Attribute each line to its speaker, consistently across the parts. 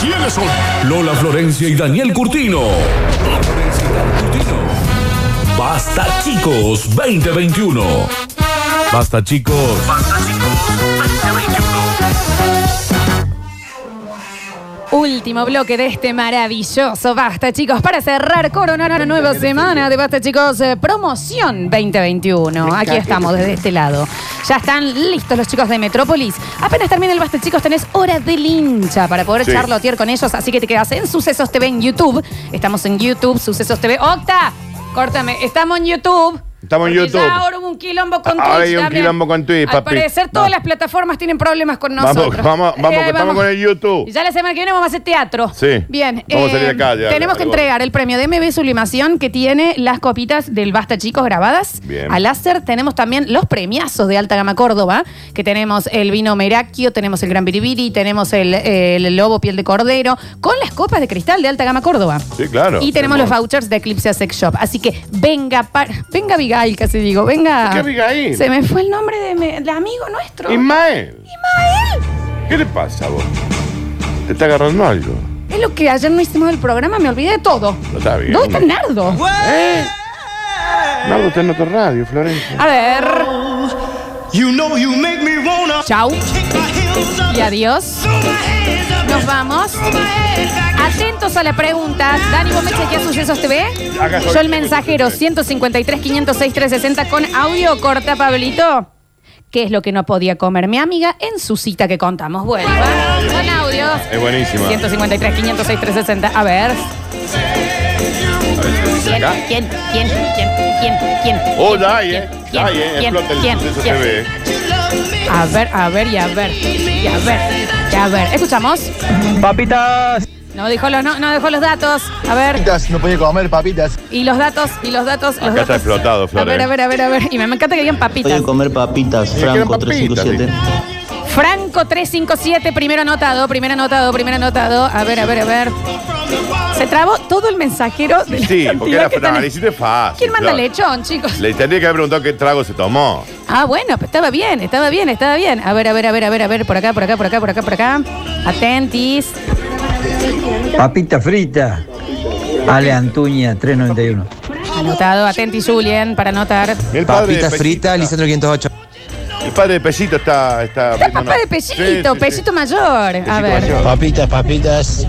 Speaker 1: ¿Quiénes son? Lola Florencia y Daniel Curtino. Lola Florencia y Daniel Curtino. Basta chicos 2021. Basta chicos. Basta chicos
Speaker 2: 2021. Último bloque de este maravilloso Basta, chicos, para cerrar coronar una nueva semana de Basta, chicos, eh, promoción 2021. Aquí estamos, desde este lado. Ya están listos los chicos de Metrópolis. Apenas termina el Basta, chicos, tenés horas de lincha para poder
Speaker 3: Sí.
Speaker 2: charlotear con ellos, así que te quedas en Sucesos TV en YouTube. Estamos en YouTube, Sucesos TV. ¡Octa! Córtame, estamos en YouTube.
Speaker 3: Estamos en
Speaker 2: Porque
Speaker 3: YouTube.
Speaker 2: Ya ahora hubo un quilombo con Twitch.
Speaker 3: Ahora hay un
Speaker 2: también.
Speaker 3: quilombo con Twitch,
Speaker 2: Al
Speaker 3: papi.
Speaker 2: parecer todas
Speaker 3: No.
Speaker 2: las plataformas tienen problemas con
Speaker 3: Vamos,
Speaker 2: nosotros.
Speaker 3: vamos, vamos,
Speaker 2: Eh,
Speaker 3: que estamos con el
Speaker 2: y
Speaker 3: YouTube.
Speaker 2: Ya la semana que viene vamos a hacer teatro.
Speaker 3: Oh. Sí.
Speaker 2: Bien. eh,
Speaker 3: Vamos a salir acá ya,
Speaker 2: Tenemos
Speaker 3: algo.
Speaker 2: que entregar el premio de MB Sublimación que tiene las copitas del Basta Chicos grabadas.
Speaker 3: Bien.
Speaker 2: A láser tenemos también los premiazos de Alta Gama Córdoba, que tenemos el vino Meracchio, tenemos el Gran Biribiri, tenemos el, el Lobo Piel de Cordero, con las copas de cristal de Alta Gama Córdoba.
Speaker 3: Sí, claro.
Speaker 2: Y tenemos los
Speaker 3: Hermoso.
Speaker 2: vouchers de Eclipse Sex Shop. Así que venga, pa- venga Abigail, casi digo. Venga.
Speaker 3: ¿Qué Abigail?
Speaker 2: Se me fue el nombre de, me- de amigo nuestro.
Speaker 3: Ismael,
Speaker 2: Ismael.
Speaker 3: ¿qué le pasa a vos? ¿Te está agarrando algo?
Speaker 2: Es lo que ayer no hicimos el programa, me olvidé de todo.
Speaker 3: No está bien.
Speaker 2: ¿Dónde está Nardo?
Speaker 3: ¿Eh? Nardo está en otro radio, Florencia.
Speaker 2: A ver.
Speaker 4: You know you make me wanna
Speaker 2: Chau
Speaker 4: kick my heels up,
Speaker 2: y adiós.
Speaker 4: throw my hands up,
Speaker 2: Nos vamos.
Speaker 4: throw my head back.
Speaker 2: Atentos a la pregunta. Dani, ¿vos me chequeás Sucesos TV?
Speaker 3: Acá estoy.
Speaker 2: Yo el mensajero 153 506 360 con audio corta, Pablito. ¿Qué es lo que no podía comer mi amiga en su cita que contamos? Bueno, con audios.
Speaker 3: Es buenísima.
Speaker 2: 153 506 360. A ver.
Speaker 3: A ver si lo dice
Speaker 2: ¿Quién?
Speaker 3: acá.
Speaker 2: ¿Quién? ¿Quién? ¿Quién? ¿Quién? ¿Quién?
Speaker 3: Oh,
Speaker 2: ¿Quién?
Speaker 3: ya, hay, eh.
Speaker 2: ¿Quién?
Speaker 3: Ya, hay, eh.
Speaker 2: ¿Quién?
Speaker 3: Explota el
Speaker 2: ¿Quién?
Speaker 3: suceso
Speaker 2: ¿Quién?
Speaker 3: TV.
Speaker 2: A ver, a ver y a ver. Y a ver. Y a ver. ¿Escuchamos?
Speaker 5: Papitas.
Speaker 2: No dijo los, no, no dejó los datos. A ver.
Speaker 5: Papitas, no podía comer papitas.
Speaker 2: Y los datos, y los datos. los
Speaker 3: Acá está
Speaker 2: datos.
Speaker 3: explotado,
Speaker 2: A
Speaker 3: Flor,
Speaker 2: ver,
Speaker 3: eh.
Speaker 2: a ver, a ver, a ver. Y me encanta que digan
Speaker 6: Voy a
Speaker 2: papitas.
Speaker 6: comer papitas,
Speaker 3: Sí, quiero
Speaker 6: Franco
Speaker 3: papitas,
Speaker 6: 357.
Speaker 2: Franco 357, primero anotado, primero anotado, primero anotado. A ver, a ver, a ver. Se trabó todo el mensajero de la
Speaker 3: Sí, porque
Speaker 2: cantidad
Speaker 3: era
Speaker 2: que están-
Speaker 3: Fran, hiciste fácil.
Speaker 2: ¿Quién manda
Speaker 3: Flor.
Speaker 2: lechón, chicos?
Speaker 3: Le tendría que haber preguntado qué trago se tomó.
Speaker 2: Ah, bueno, pero estaba bien, estaba bien, estaba bien. A ver, a ver, a ver, a ver, a ver, por acá, por acá, por acá, por acá, por acá. Atentis.
Speaker 7: Papita frita. Ale Antuña, 391.
Speaker 2: Anotado, atentis, Julien, para anotar.
Speaker 3: Mirá El padre de
Speaker 5: Papitas
Speaker 3: Pellito
Speaker 5: fritas,
Speaker 3: está-
Speaker 5: Lisandro 508.
Speaker 3: El padre de Pellito está. Está
Speaker 2: Está
Speaker 3: viendo una-
Speaker 2: papá de
Speaker 3: Sí, sí,
Speaker 2: Pellito,
Speaker 3: sí.
Speaker 2: Pellito mayor. A ver.
Speaker 3: mayor.
Speaker 8: Papitas, papitas.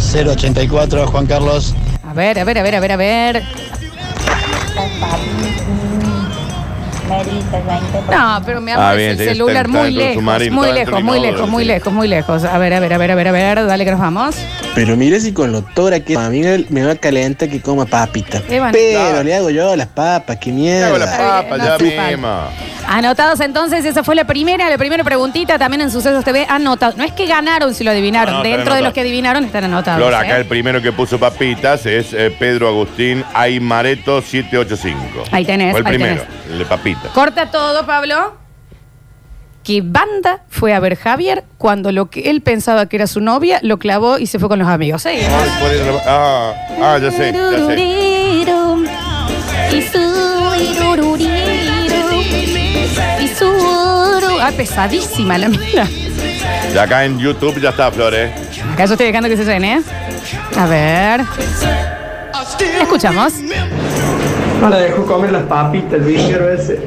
Speaker 8: 084, Juan Carlos.
Speaker 2: A ver, a ver, a ver, a ver, a ver. No, pero me
Speaker 3: Ah,
Speaker 2: amo
Speaker 3: bien,
Speaker 2: el
Speaker 3: sí, está-
Speaker 2: celular
Speaker 3: está
Speaker 2: muy
Speaker 3: dentro de un
Speaker 2: lejos,
Speaker 3: submarino,
Speaker 2: muy
Speaker 3: está dentro
Speaker 2: lejos,
Speaker 3: de un
Speaker 2: muy
Speaker 3: inodoro,
Speaker 2: lejos, muy
Speaker 3: sí.
Speaker 2: lejos, muy lejos. A ver, a ver, a ver, a ver, a ver, dale que nos vamos.
Speaker 9: Pero mire si con lo tora que a mí me- me va caliente que coma papita.
Speaker 2: Eh, bueno.
Speaker 9: Pero le hago yo las papas, qué
Speaker 3: Le hago la
Speaker 9: mierda.
Speaker 3: papa
Speaker 2: No
Speaker 3: ya
Speaker 2: hace falta.
Speaker 3: misma.
Speaker 2: Anotados entonces, esa fue la primera, la primera preguntita también en Sucesos TV. Anotado. No es que ganaron si lo adivinaron,
Speaker 3: No, no, están
Speaker 2: dentro de los
Speaker 3: anotados.
Speaker 2: que adivinaron están anotados.
Speaker 3: Flor,
Speaker 2: ¿eh?
Speaker 3: acá el primero que puso papitas es eh, Pedro Agustín Aymareto 785.
Speaker 2: Ahí tenés,
Speaker 3: Fue el
Speaker 2: ahí
Speaker 3: primero, el de papitas.
Speaker 2: Corta todo, Pablo. ¿Qué banda fue a ver Javier cuando lo que él pensaba que era su novia lo clavó y se fue con los amigos? Sí.
Speaker 3: Ay, por el- ah, ah, ya sé, ya sé.
Speaker 2: Tururirum, y surururirum, y suru- Ah, pesadísima la mía.
Speaker 3: Ya acá en YouTube ya está, Flor, eh.
Speaker 2: Acá yo estoy dejando que se llene. ¿eh? A ver. Escuchamos.
Speaker 10: No la dejó comer las papitas, el villero ese.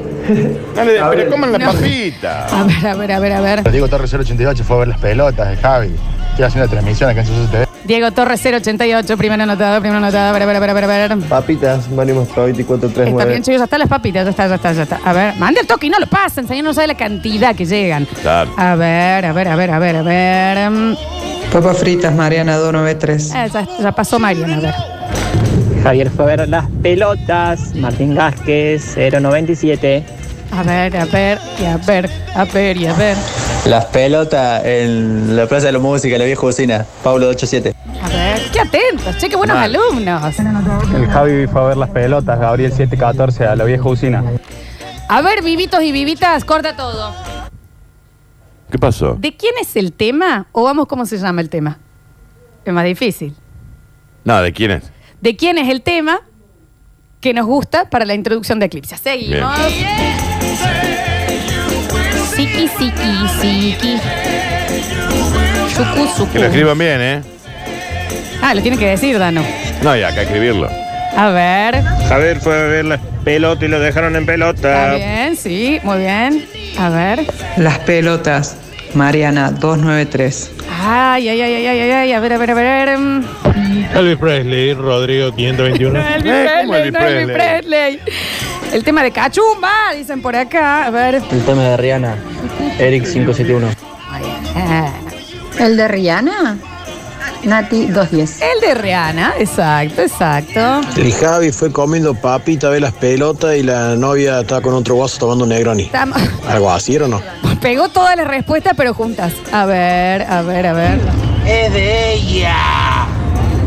Speaker 3: Dale,
Speaker 10: A
Speaker 3: pero
Speaker 10: ver.
Speaker 3: coman la
Speaker 2: No.
Speaker 3: papita.
Speaker 2: A ver, a ver, a ver, a ver.
Speaker 5: Diego Torres 088 fue a ver las pelotas de Javi. Estoy haciendo la transmisión acá en su TV.
Speaker 2: Diego Torres 088, primero anotado, primero anotado. A ver, a ver, a ver, a ver, a ver.
Speaker 10: Papitas, Mario Mastroviti
Speaker 2: Está
Speaker 10: 439.
Speaker 2: bien, chicos, ya están las papitas, ya está, ya está, ya está. A ver, mande el toque y no lo pasen, señor, no sabe la cantidad que llegan.
Speaker 3: Claro.
Speaker 2: A ver, a ver, a ver, a ver, a ver. Mm,
Speaker 7: Papas fritas, Mariana 293.
Speaker 2: ah, Ya, ya pasó Marian, a ver.
Speaker 11: Javier fue a ver las pelotas. Martín Gásquez, 097.
Speaker 2: A ver, a ver, y a ver, a ver, y a ver.
Speaker 5: Las pelotas en la Plaza de la Música, la vieja bocina. Pablo 87.
Speaker 2: A ver, qué atentos, che, qué buenos alumnos.
Speaker 5: El Javi fue a ver las pelotas, Gabriel 714 a la vieja usina.
Speaker 2: A ver, vivitos y vivitas, corta todo.
Speaker 3: ¿Qué pasó?
Speaker 2: ¿De quién es el tema o vamos cómo se llama el tema? Es más difícil.
Speaker 3: No, ¿de quién es?
Speaker 2: ¿De quién es el tema que nos gusta para la introducción de Eclipse? Seguimos. Siki, siki, siki. Sucu, sucu.
Speaker 3: Que lo escriban bien, ¿eh?
Speaker 2: Ah, lo tiene que decir, Danu.
Speaker 3: No, ya, acá escribirlo.
Speaker 2: A ver.
Speaker 8: Javier fue a ver la pelota y lo dejaron en
Speaker 2: Está
Speaker 3: Ah.
Speaker 8: pelota.
Speaker 2: bien, sí, muy bien. A ver.
Speaker 7: Las pelotas, Mariana 293.
Speaker 2: Ay, ay, ay, ay, ay, ay, ay, a ver, a ver, a ver. mm.
Speaker 8: Elvis Presley, Rodrigo
Speaker 2: No
Speaker 8: 521.
Speaker 2: es Elvis
Speaker 3: Eh, ¿cómo
Speaker 2: Presley,
Speaker 3: Elvis
Speaker 2: no es Elvis Presley. El tema de cachumba, dicen por acá. A ver.
Speaker 5: El tema de Rihanna, Eric 571.
Speaker 2: Ah,
Speaker 6: ¿El de Rihanna? Nati 210.
Speaker 2: El de Rihanna, exacto, exacto.
Speaker 9: El Javi fue comiendo papita, ve las pelotas y la novia está con otro guaso tomando Negroni.
Speaker 2: Tam-
Speaker 9: ¿Algo así era o no?
Speaker 2: Pegó todas las respuestas, pero juntas. A ver, a ver, a ver.
Speaker 8: Es de ella.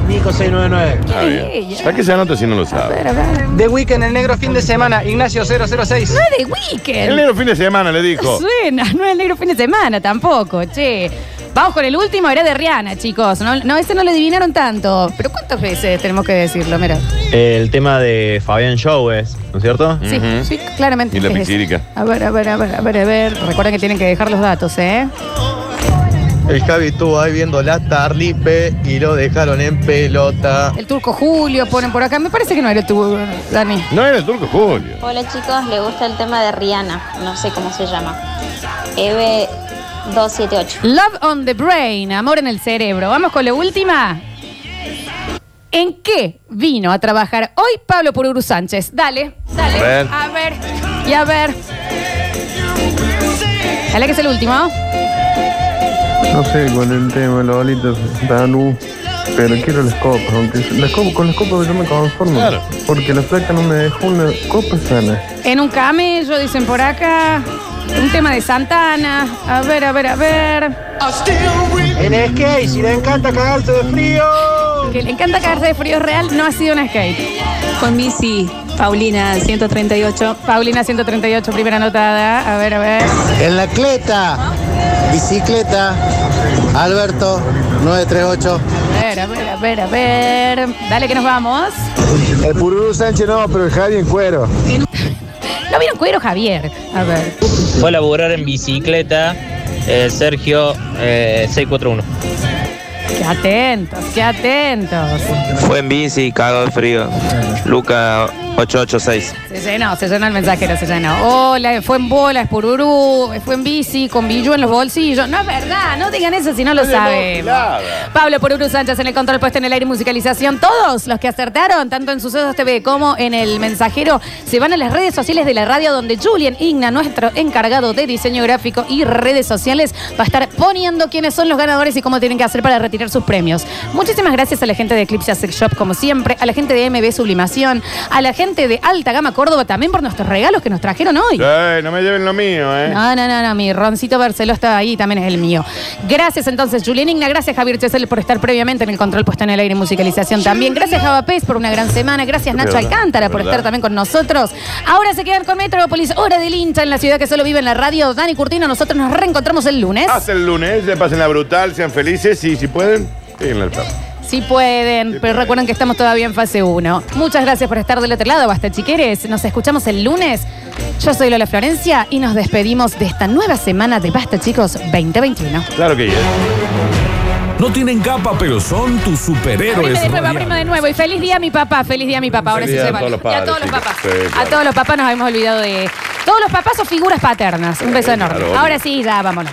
Speaker 8: Nico 699.
Speaker 3: Está bien.
Speaker 2: ya.
Speaker 3: ¿Para qué se anota si no lo
Speaker 2: A ver,
Speaker 3: sabe?
Speaker 2: a ver. Ah,
Speaker 10: The Weekend, el negro fin de semana, Ignacio 006.
Speaker 2: No es de
Speaker 3: El
Speaker 2: Weekend.
Speaker 3: negro fin de semana le
Speaker 2: No
Speaker 3: dijo.
Speaker 2: suena, no es el negro fin de semana tampoco, che. Vamos con el último, era de Rihanna, chicos. No, no, ese no lo adivinaron tanto. Pero ¿cuántas veces tenemos que decirlo? Mira.
Speaker 8: El tema de Fabián Showes, ¿no es cierto?
Speaker 2: Sí,
Speaker 3: Ujú.
Speaker 2: sí, claramente.
Speaker 3: Y la
Speaker 2: es ese.
Speaker 3: pichirica.
Speaker 2: A ver, a ver, a ver, a ver, a ver. Recuerden que tienen que dejar los datos, ¿eh?
Speaker 8: El Javi estuvo ahí viendo la Tarlipe y lo dejaron en pelota.
Speaker 2: El turco Julio ponen por acá. Me parece que no era tú, Dani.
Speaker 3: No era el turco Julio.
Speaker 12: Hola chicos, le gusta el tema de Rihanna, no sé cómo se llama. EB 278.
Speaker 2: Love on the brain, amor en el cerebro. Vamos con la última. ¿En qué vino a trabajar hoy Pablo Pururu Sánchez? Dale, dale.
Speaker 3: A ver.
Speaker 2: A ver. Y a ver. Dale que es el último.
Speaker 10: No sé cuál es el tema, Lolita, Danu, pero quiero las copas, aunque las copas, con las copas yo me conformo.
Speaker 3: Claro.
Speaker 10: Porque la flaca no me dejó una copa sana.
Speaker 2: En un camello, dicen por acá. Un tema de Santana. A ver, a ver, a ver.
Speaker 8: En skate, si le encanta cagarse de frío.
Speaker 2: Que le encanta caerse de frío es real, no ha sido un skate.
Speaker 6: Con Missy, Paulina 138.
Speaker 2: Paulina 138, primera anotada. A ver, a ver.
Speaker 8: En la cleta, bicicleta, Alberto 938.
Speaker 2: A ver, a ver, a ver, a ver. Dale que nos vamos.
Speaker 8: El Pururu Sánchez no, pero el Javi en cuero.
Speaker 2: Lo vieron cuero Javier. A ver.
Speaker 11: Fue a laburar en bicicleta, eh, Sergio eh, 641.
Speaker 2: Qué atentos, qué atentos.
Speaker 5: Fue en bici y cagó de frío. Luca 886.
Speaker 2: Se llenó, se llenó el mensajero, se llenó. Hola, fue en bola, es pururú, fue en bici, con billú en los bolsillos. No es verdad, no digan eso si no lo
Speaker 3: Nadie no,
Speaker 2: saben.
Speaker 3: claro.
Speaker 2: Pablo Pururu Sánchez en el control puesto en el aire y musicalización. Todos los que acertaron, tanto en Sucesos TV como en el mensajero, se van a las redes sociales de la radio donde Julian Igna, nuestro encargado de diseño gráfico y redes sociales, va a estar poniendo quiénes son los ganadores y cómo tienen que hacer para retirar sus premios. Muchísimas gracias a la gente de Eclipse Sex Shop, como siempre, a la gente de MB Sublimación, a la gente de Alta Gama Córdoba también por nuestros regalos que nos trajeron hoy.
Speaker 3: Ey, no me lleven lo mío, ¿eh?
Speaker 2: No, no, no, no, mi Roncito Barceló está ahí, también es el mío. Gracias entonces, Julián Igna, gracias Javier Chesel por estar previamente en el control puesto en el aire y musicalización también. Gracias Java Pez por una gran semana, gracias Nacho
Speaker 3: ¿Verdad?
Speaker 2: Alcántara por
Speaker 3: ¿Verdad?
Speaker 2: estar también con nosotros. Ahora se quedan con Metrópolis, hora del hincha en la ciudad que solo vive en la radio. Dani Curtino, nosotros nos reencontramos el lunes.
Speaker 3: Hasta el lunes, se pasen la brutal, sean felices y si pueden, siguen la etapa.
Speaker 2: Si pueden, pero
Speaker 3: pueden.
Speaker 2: recuerden que estamos todavía en fase 1. Muchas gracias por estar del otro lado, basta chiqueres. Nos escuchamos el lunes. Yo soy Lola Florencia y nos despedimos de esta nueva semana de Basta Chicos 2021.
Speaker 3: Claro que yes.
Speaker 1: No tienen capa, pero son tus
Speaker 2: Abrime
Speaker 1: superhéroes.
Speaker 2: de nuevo, abrime
Speaker 1: radiales.
Speaker 2: de nuevo. Y feliz día a mi papá, feliz día a mi papá. Ahora
Speaker 3: Feliz
Speaker 2: sí
Speaker 3: día
Speaker 2: se
Speaker 3: a
Speaker 2: vale.
Speaker 3: todos los
Speaker 2: Y a todos los
Speaker 3: padres,
Speaker 2: papás.
Speaker 3: chicos. Sí, claro.
Speaker 2: A todos los papás nos habíamos olvidado de. Todos los papás o figuras paternas. Un beso
Speaker 3: Sí,
Speaker 2: enorme.
Speaker 3: claro, obvio.
Speaker 2: Ahora sí, ya vámonos.